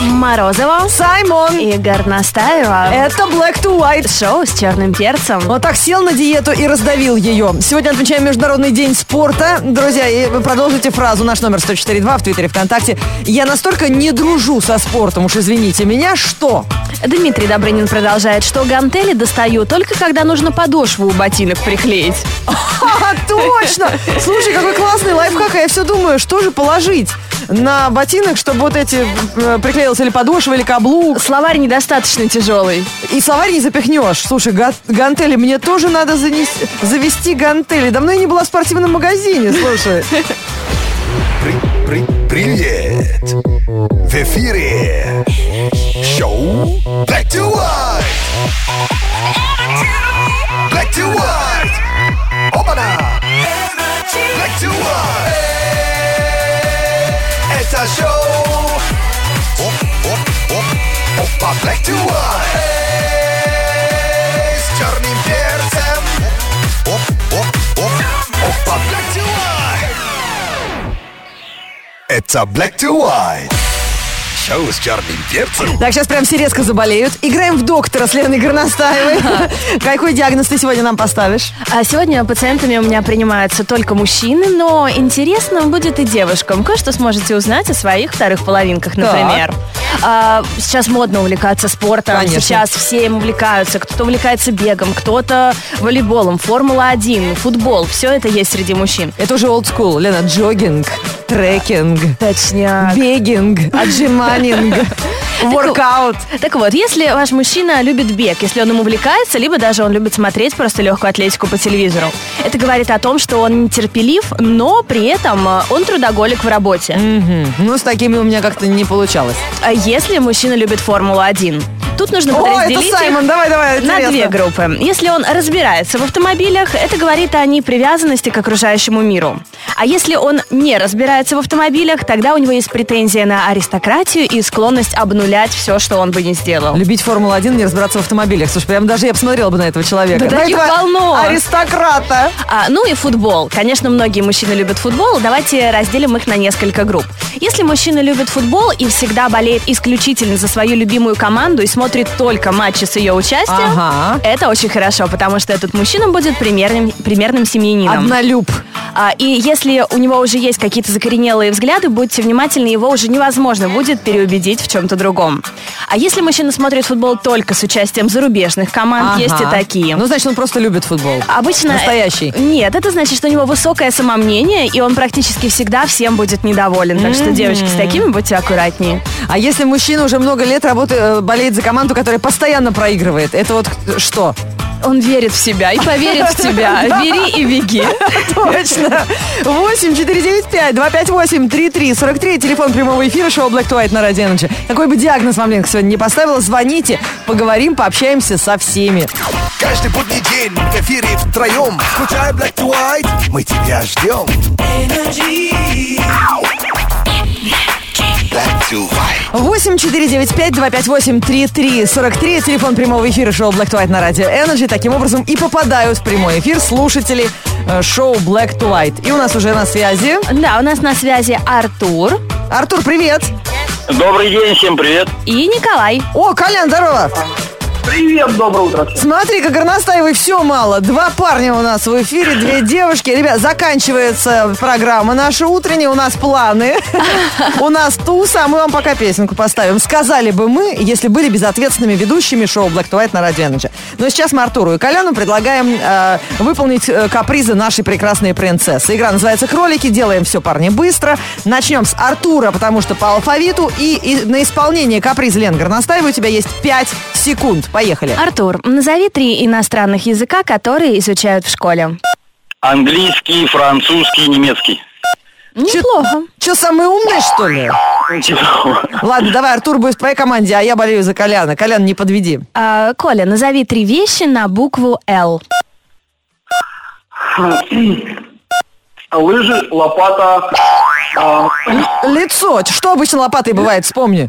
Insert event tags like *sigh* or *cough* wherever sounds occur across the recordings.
Морозова Саймон. и Горностаева. Это Black to White. шоу с черным перцем. Он так сел на диету и раздавил ее. Сегодня отмечаем Международный день спорта. Друзья, и вы продолжите фразу. Наш номер 104.2 в Твиттере ВКонтакте. Я настолько не дружу со спортом, уж извините меня, что? *laughs* Дмитрий Добрынин продолжает, что гантели достаю только когда нужно подошву у ботинок приклеить. А, точно! Слушай, какой классный лайфхак. А я все думаю, что же положить на ботинок, чтобы вот эти э, приклеилась или подошва, или каблук. Словарь недостаточно тяжелый. И словарь не запихнешь. Слушай, га- гантели, мне тоже надо занести, завести гантели. Давно я не была в спортивном магазине, слушай. При- при- Привет! В эфире шоу Black to White! Black to White! Опана! Black to White! Это шоу! Оп, оп, оп, Опа, Black to White! С черным перцем! Оп, оп, оп, Опа, Black to White! Это Black to White. Шоу с черным перцем. Так, сейчас прям все резко заболеют. Играем в доктора с Леной Горностаевой. *laughs* Какой диагноз ты сегодня нам поставишь? А сегодня пациентами у меня принимаются только мужчины, но интересно будет и девушкам. Кое-что сможете узнать о своих вторых половинках, например. А, сейчас модно увлекаться спортом. Конечно. Сейчас все им увлекаются. Кто-то увлекается бегом, кто-то волейболом, Формула-1, футбол. Все это есть среди мужчин. Это уже old school. Лена, джогинг, трекинг, Точнее. бегинг, *laughs* отжиманинг, воркаут. Так вот, если ваш мужчина любит бег, если он им увлекается, либо даже он любит смотреть просто легкую атлетику по телевизору, это говорит о том, что он нетерпелив, но при этом э, он трудоголик в работе. Мгм. Ну, с такими у меня как-то не получалось. А если мужчина любит Формулу-1? Тут нужно О, это подразделить их Саймон, давай, давай, на интересно. две группы. Если он разбирается в автомобилях, это говорит о непривязанности к окружающему миру. А если он не разбирается в автомобилях, тогда у него есть претензия на аристократию и склонность обнулять все, что он бы не сделал. Любить Формулу-1, не разбираться в автомобилях. Слушай, прям даже я посмотрела бы на этого человека. Да На таких этого полно. Аристократа. А, ну и футбол. Конечно, многие мужчины любят футбол. Давайте разделим их на несколько групп. Если мужчина любит футбол и всегда болеет исключительно за свою любимую команду и смотрит только матчи с ее участием, Ага. это очень хорошо, потому что этот мужчина будет примерным, примерным семьянином. Однолюб. А, и если у него уже есть какие-то закоренелые взгляды, будьте внимательны, его уже невозможно будет переубедить в чем-то другом. А если мужчина смотрит футбол только с участием зарубежных команд, есть и Ага. такие. Ну, значит, он просто любит футбол. Обычно... э, Настоящий. Нет, это значит, что у него высокое самомнение, и он практически всегда всем будет недоволен. Так что, девочки, с такими будьте аккуратнее. А если мужчина уже много лет работает, э, болеет за команду, которая постоянно проигрывает, это вот к- что? Он верит в себя и поверит в *laughs* тебя. Бери и беги. Точно. 8 495 258 3343 Телефон прямого эфира шоу Black to White на Радио Energy. Какой бы диагноз вам Ленка сегодня не поставила, звоните, поговорим, пообщаемся со всеми. Каждый будний день в эфире втроем. Включай Black to White. Мы тебя ждем. Ау. Black to White. 8 495 258 3343 Телефон прямого эфира шоу Black to White на Радио Energy. Таким образом и попадают в прямой эфир слушатели э, шоу Black to White. И у нас уже на связи Да, у нас на связи Артур Артур, привет! Добрый день, всем привет. и Николай. О, Колян, здорово! Привет, доброе утро. Смотри-ка, Горностаевой все мало. Два парня у нас в эфире, две девушки. Ребят, заканчивается программа наша утренняя, у нас планы. У нас туса, а мы вам пока песенку поставим. Сказали бы мы, если были безответственными ведущими шоу Black to White на Радио Energy. Но сейчас мы Артуру и Коляну предлагаем э, выполнить э, капризы нашей прекрасной принцессы. Игра называется «Кролики». Делаем все, парни, быстро. Начнем с Артура, потому что по алфавиту. И, и на исполнение каприза Лен Горностаевой у тебя есть 5 секунд. Поехали. Артур, назови три иностранных языка, которые изучают в школе. Английский, французский, немецкий. Неплохо. Че, самый умный, что ли? Ладно, давай, Артур будет в твоей команде, а я болею за Коляна. Колян, не подведи. А, Коля, назови три вещи на букву «Л». Лыжи, лопата, а, Лицо. Что обычно лопатой бывает, вспомни.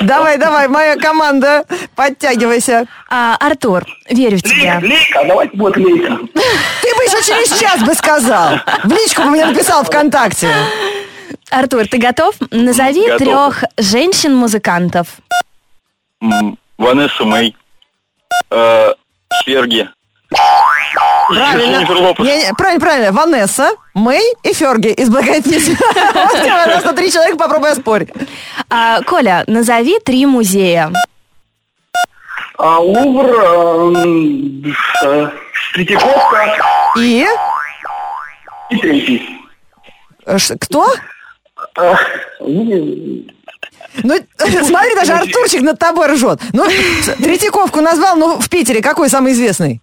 Давай, давай, моя команда, подтягивайся. А, Артур, верю в тебя. лейка, давайте будет лейка. Ты бы еще через час бы сказал. В личку бы мне написал ВКонтакте. Артур, ты готов? Назови Готов. трех женщин-музыкантов. М, Ванесса Мэй. Э, Серги. Дженнифер Лопес. Не, не, правильно, правильно. Ванесса, Мэй и Ферги из «Благотнись». *laughs* Вот тебе, пожалуйста, три человека, попробуй оспорь. А, Коля, назови три музея. А, Лувр. э, м, э, Третьяковка. И И третий. э, ш- кто? Э, ну, Ну, *laughs* смотри, даже Артурчик над тобой ржет. Ну, Третьяковку назвал, ну, в Питере какой самый известный?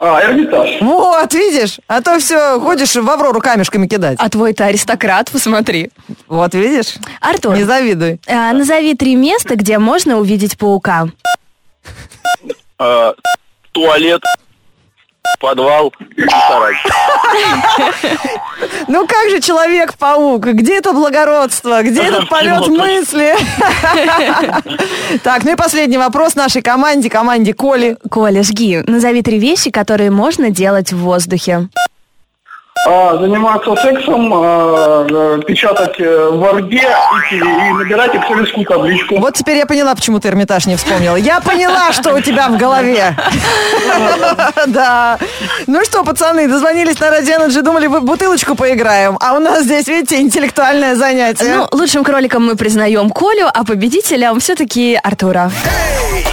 А, Эрмитаж. Вот, видишь? А то все, ходишь в Аврору камешками кидать. А твой-то аристократ, посмотри. Вот, видишь? Артур, Не завидуй. а, назови три места, где можно увидеть паука. Э, Туалет. Подвал. И сарай. Ну как же человек-паук? Где это благородство? Где этот полет Почему-то. мысли? *laughs* Так, ну и последний вопрос нашей команде, команде Коли. Коля, жги, назови три вещи, которые можно делать в воздухе. А, заниматься сексом, а, э, печатать э, в Орде и, теле- и набирать экселевскую табличку. Вот теперь я поняла, почему ты Эрмитаж не вспомнил. Я поняла, что у тебя в голове. *laughs* Да. Ну что, пацаны, дозвонились на Радио Energy, думали, в бутылочку поиграем. А у нас здесь, видите, интеллектуальное занятие. Ну, лучшим кроликом мы признаем Колю, а победителем все-таки Артура. Эй,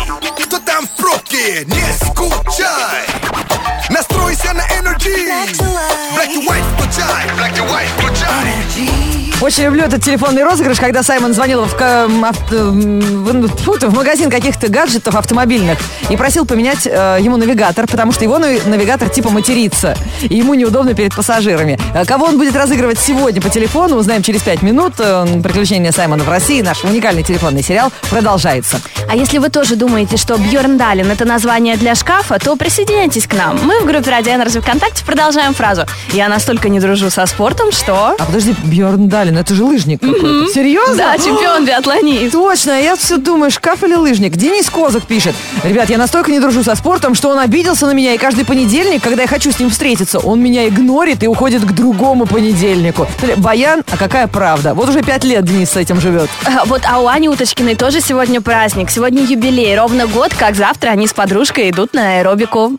кто там в пробке? Не скучай! Настройся на энергии! Black to white включай! Black to white включай! Очень люблю этот телефонный розыгрыш, когда Саймон звонил в, ка- м, авто- м, в- ну, тьфу ты, в магазин каких-то гаджетов автомобильных и просил поменять э, ему навигатор, потому что его нави- навигатор типа матерится, и ему неудобно перед пассажирами. Э, Кого он будет разыгрывать сегодня по телефону, узнаем через 5 минут. Э, Приключения Саймона в России, наш уникальный телефонный сериал продолжается. А если вы тоже думаете, что Бьерн Далин это название для шкафа, то присоединяйтесь к нам. Мы в группе Радио Энерджи ВКонтакте продолжаем фразу. Я настолько не дружу со спортом, что... А подожди, Бьорн Далин, это же лыжник какой-то. Серьезно? Да, *laughs* чемпион биатлонии. Точно, я все думаю, шкаф или лыжник. Денис Козак пишет. Ребят, я настолько не дружу со спортом, что он обиделся на меня, и каждый понедельник, когда я хочу с ним встретиться, он меня игнорит и уходит к другому понедельнику. Бля, Баян, а какая правда? Вот уже пять лет Денис с этим живет. А, Вот, а у Ани Уточкиной тоже сегодня праздник. Сегодня юбилей. Ровно год, как завтра они с подружкой идут на аэробику.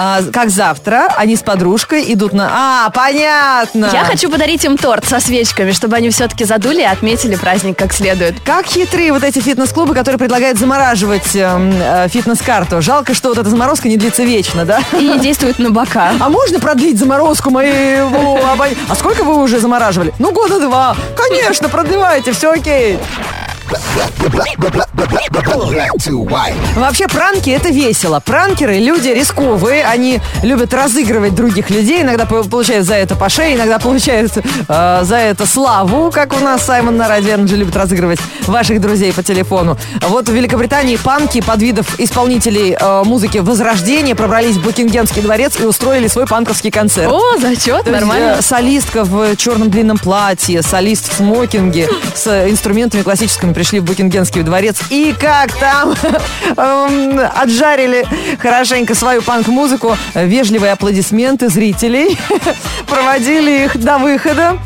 А как завтра они с подружкой идут на... А, понятно! Я хочу подарить им торт со свечками, чтобы они все-таки задули и отметили праздник как следует. Как хитрые вот эти фитнес-клубы, которые предлагают замораживать эм, э, фитнес-карту. Жалко, что вот эта заморозка не длится вечно, да? И не действуют на бока. А можно продлить заморозку моего обон- А сколько вы уже замораживали? Ну, года два. Конечно, продлевайте, все окей. Black to white! Вообще, пранки – это весело. Пранкеры – люди рисковые. Они любят разыгрывать других людей. Иногда по- получают за это по шее, иногда получают э, за это славу, как у нас Саймон на Радио Energy любит разыгрывать ваших друзей по телефону. Вот в Великобритании панки под видов исполнителей э, музыки Возрождения пробрались в Букингемский дворец и устроили свой панковский концерт. О, зачет, То есть, нормально. э, солистка в черном длинном платье, солист в смокинге с э, инструментами классическими пришли в Букингенский дворец. И как там *laughs* эм, отжарили хорошенько свою панк-музыку. Вежливые аплодисменты зрителей. *laughs* Проводили их до выхода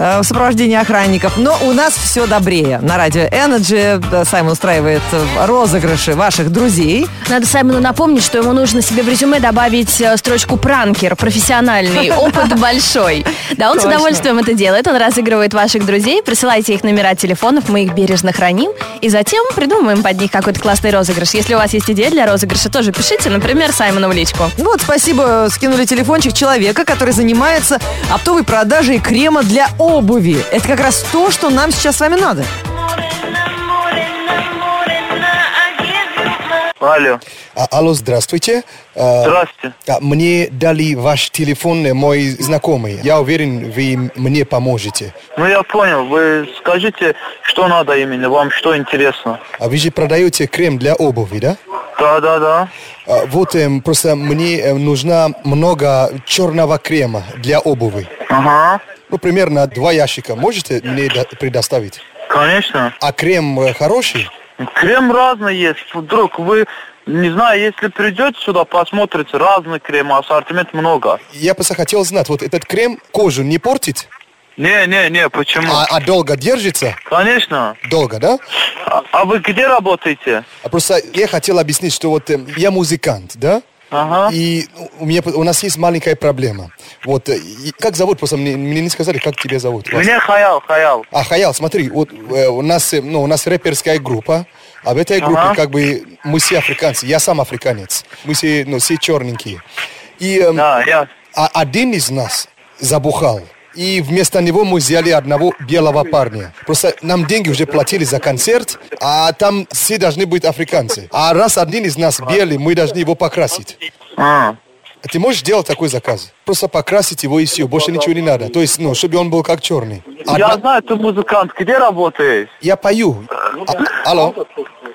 э, в сопровождении охранников. Но у нас все добрее. На радио Energy э, Саймон устраивает э, розыгрыши ваших друзей. Надо Саймону напомнить, что ему нужно себе в резюме добавить э, строчку «пранкер», *laughs* профессиональный, опыт большой. Да, он с Точно. удовольствием это делает, он разыгрывает ваших друзей, присылайте их номера телефонов, мы их бережно храним, и затем придумываем под них какой-то классный розыгрыш. Если у вас есть идея для розыгрыша, тоже пишите, например, Саймону в личку. Ну Вот, спасибо, скинули телефончик человека, который занимается оптовой продажей крема для обуви. Это как раз то, что нам сейчас с вами надо. Алло, А, алло, здравствуйте. А, здравствуйте. а, Мне дали ваш телефон э, мой знакомый. Я уверен, вы м- мне поможете. Ну я понял, вы скажите, что надо именно, вам что интересно? А вы же продаете крем для обуви, да? Да-да-да. А, Вот эм, просто мне э, нужно много черного крема для обуви. Ага, Ну, примерно два ящика. Можете мне да- предоставить? конечно. А крем э, хороший? Крем разный есть, вдруг вы, не знаю, если придете сюда, посмотрите, разный крем, ассортимент много. Я просто хотел знать, вот этот крем кожу не портит? Не-не-не, почему? А, а долго держится? Конечно. Долго, да? А, а вы где работаете? А Просто я хотел объяснить, что вот э, я музыкант, да? Ага. И у, меня, у нас есть маленькая проблема. Вот, э, и как зовут? Просто мне, мне не сказали, как тебя зовут. Вас. Меня Хаял, Хаял. А, Хаял, смотри, вот э, у нас, э, ну, у нас рэперская группа. Об этой группе Ага. как бы мы все африканцы. Я сам африканец. Мы все, ну, все черненькие. И эм, Да, я... а один из нас забухал. И вместо него мы взяли одного белого парня. Просто нам деньги уже платили за концерт, а там все должны быть африканцы. А раз один из нас белый, мы должны его покрасить. А. Ты можешь делать такой заказ? Просто покрасить его и все, больше ничего не надо. То есть, ну, чтобы он был как черный. Ну, Я знаю, ты музыкант, где работаешь? Я пою. Ну, А- алло.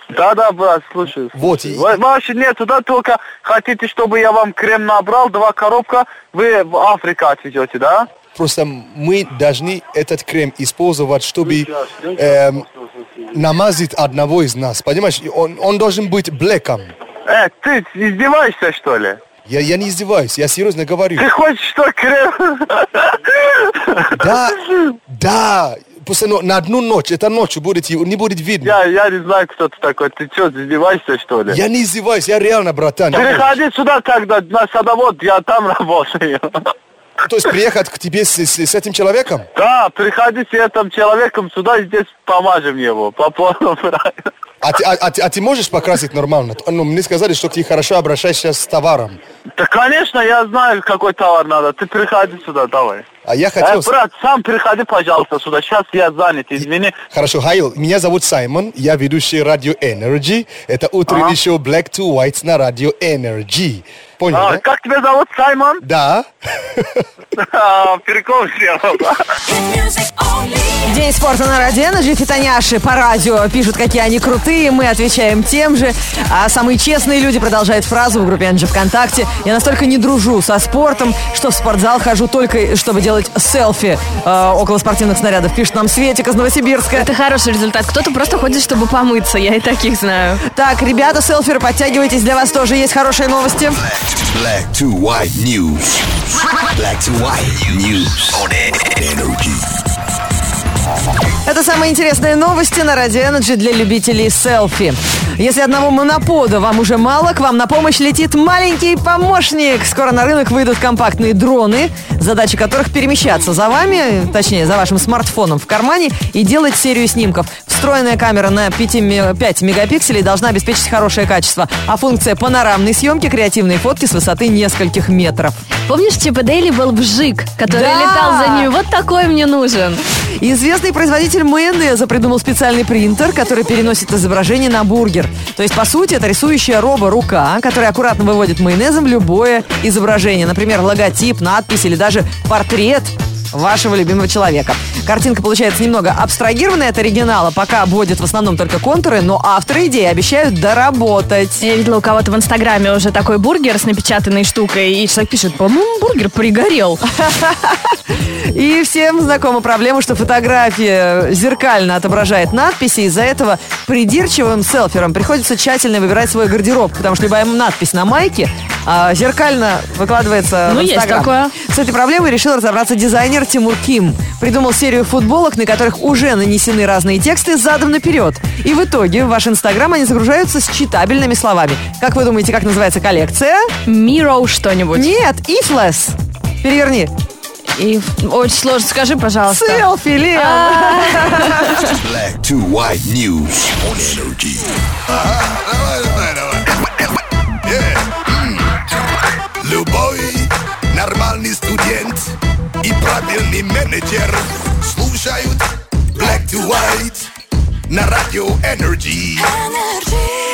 Да-да, брат, слушаю. Вот, и- Ва- Вообще нет, туда только хотите, чтобы я вам крем набрал, два коробка, вы в Африку отвезете, да? Просто мы должны этот крем использовать, чтобы эм, намазать одного из нас. Понимаешь, И он, он должен быть блэком. Э, ты издеваешься, что ли? Я, я не издеваюсь, я серьезно говорю. Ты хочешь, что крем? *laughs* Да, да. Просто ну, на одну ночь, это ночью будет, и не будет видно. Я, я не знаю, кто ты такой. Ты что, издеваешься, что ли? Я не издеваюсь, я реально, братан. Переходи сюда тогда, на садовод, я там *laughs* работаю. То есть приехать к тебе с, с- с этим человеком? Да, приходи с этим человеком сюда, здесь помажем его. По *laughs* полному правилу. А ты, а, а ты- а ты можешь покрасить нормально? Ну, мне сказали, что ты хорошо обращаешься с товаром. Да, конечно, я знаю, какой товар надо. Ты приходи сюда, давай. А я Э, хотел... с- брат, сам приходи, пожалуйста, сюда. Сейчас я занят, извини. Хорошо, Хайл, меня зовут Саймон, я ведущий радио Energy. Это утренний Ага. шоу Black to White на радио Energy. Понял, А, да? как тебя зовут, Саймон? *laughs* Да. А, Прикол сделал. День спорта на Радио Energy. Фитоняши по радио пишут, какие они крутые. Мы отвечаем тем же. А самые честные люди продолжают фразу в группе Energy ВКонтакте. Я настолько не дружу со спортом, что в спортзал хожу только, чтобы делать селфи э, около спортивных снарядов. Пишет нам Светик из Новосибирска. Это хороший результат. Кто-то просто ходит, чтобы помыться. Я и таких знаю. Так, ребята, селферы, подтягивайтесь. Для вас тоже есть хорошие новости. Black to white news. Black to white news on energy. Это самые интересные новости на Радио Energy для любителей селфи. Если одного монопода вам уже мало, к вам на помощь летит маленький помощник. Скоро на рынок выйдут компактные дроны, задача которых перемещаться за вами, точнее, за вашим смартфоном в кармане и делать серию снимков. Встроенная камера на 5, ме- 5 мегапикселей должна обеспечить хорошее качество, а функция панорамной съемки – креативные фотки с высоты нескольких метров. Помнишь, Чип и Дейли был бжик, который Да! летал за ними? Вот такой мне нужен. Известный производитель майонеза придумал специальный принтер, который переносит изображение на бургер. То есть, по сути, это рисующая робо-рука, которая аккуратно выводит майонезом любое изображение. Например, логотип, надпись или даже портрет вашего любимого человека. Картинка получается немного абстрагированная от оригинала, пока обводят в основном только контуры, но авторы идеи обещают доработать. Я видела у кого-то в Инстаграме уже такой бургер с напечатанной штукой, и человек пишет, по-моему, бургер пригорел. И всем знакома проблема, что фотография зеркально отображает надписи. Из-за этого придирчивым селферам приходится тщательно выбирать свой гардероб, потому что любая надпись на майке а, зеркально выкладывается Ну, в есть Инстаграм. такое. С этой проблемой решил разобраться дизайнер Тимур Ким. Придумал серию футболок, на которых уже нанесены разные тексты задом наперед. И в итоге в ваш Инстаграм они загружаются с читабельными словами. Как вы думаете, как называется коллекция? Миро что-нибудь. Нет, Ифлес. Переверни. И очень сложно, скажи, пожалуйста. Селфи, Лен. А. Black to white news on energy. Ага, давай, давай, давай. Yeah. М. Любой нормальный студент и правильный менеджер слушают Black to white на радио Energy.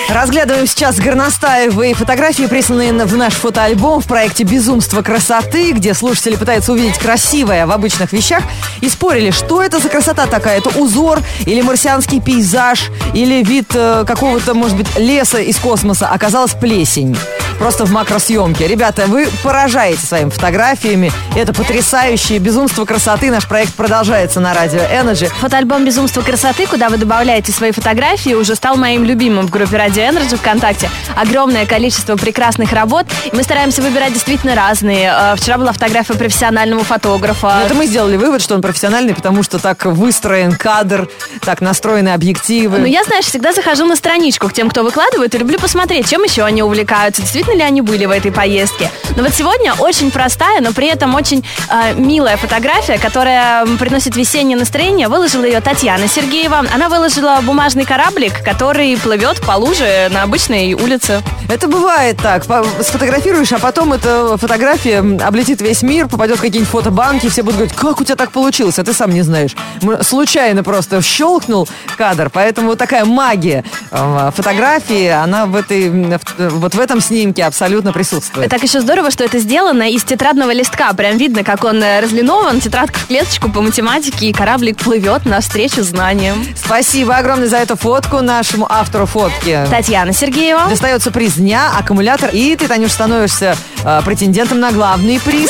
Разглядываем сейчас горностаевые фотографии, присланные на- в наш фотоальбом в проекте «Безумство красоты», где слушатели пытаются увидеть красивое в обычных вещах и спорили, что это за красота такая. Это узор или марсианский пейзаж, или вид э, какого-то, может быть, леса из космоса. Оказалось, плесень. просто в макросъемке. Ребята, вы поражаете своими фотографиями. Это потрясающее безумство красоты. Наш проект продолжается на радио Energy. Фотоальбом «Безумство красоты», куда вы добавляете свои фотографии, уже стал моим любимым в группе «Радио Энерджи» ВКонтакте. Огромное количество прекрасных работ. Мы стараемся выбирать действительно разные. Э, Вчера была фотография профессионального фотографа. Это мы сделали вывод, что он профессиональный, потому что так выстроен кадр, так настроены объективы. Ну, я, знаешь, всегда захожу на страничку к тем, кто выкладывает, и люблю посмотреть, чем еще они увлекаются, действительно ли они были в этой поездке. Но вот сегодня очень простая, но при этом очень э, милая фотография, которая м, приносит весеннее настроение. Выложила ее Татьяна Сергеева. Она выложила бумажный кораблик, который плывет по луже на обычной улице. Это бывает так. По- Сфотографируешь, а потом эта фотография м, облетит весь мир, попадет в какие-нибудь фотобанки, и все будут говорить, как у тебя так получилось, а ты сам не знаешь. М, Случайно просто щелкнул кадр, поэтому вот такая магия э, фотографии, она в этой, м, в- э, вот в этом снимке абсолютно присутствует. Так еще здорово, что это сделано из тетрадного листка. Прям видно, как он э, разлинован, тетрадка в клеточку по математике, и кораблик плывет навстречу знаниям. Спасибо огромное за эту фотку нашему автору фотки. Татьяна Сергеева. Достается приз дня, аккумулятор, и ты, Танюш, становишься э, претендентом на главный приз.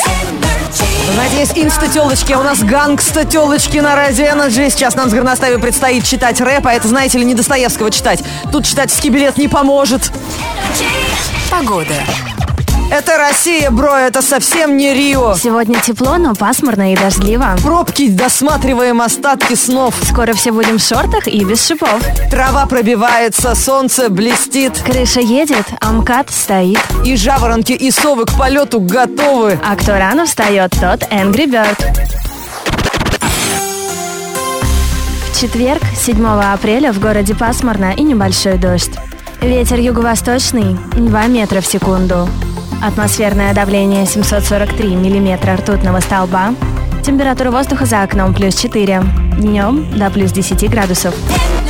Вы знаете, есть инста-телочки, а у нас гангста-телочки на Радио Energy. Сейчас нам с Горностаевой предстоит читать рэп, а это, знаете ли, не Достоевского читать. Тут читательский билет не поможет. Погода. Это Россия, бро, это совсем не Рио. Сегодня тепло, но пасмурно и дождливо. Пробки, досматриваем остатки снов. Скоро все будем в шортах и без шипов. Трава пробивается, солнце блестит. Крыша едет, а МКАД стоит. И жаворонки, и совы к полету готовы. А кто рано встает, тот Angry Bird. В четверг, 7 апреля, в городе пасмурно и небольшой дождь. Ветер юго-восточный 2 метра в секунду. Атмосферное давление 743 миллиметра ртутного столба. Температура воздуха за окном плюс 4. Днем до плюс 10 градусов. Energy.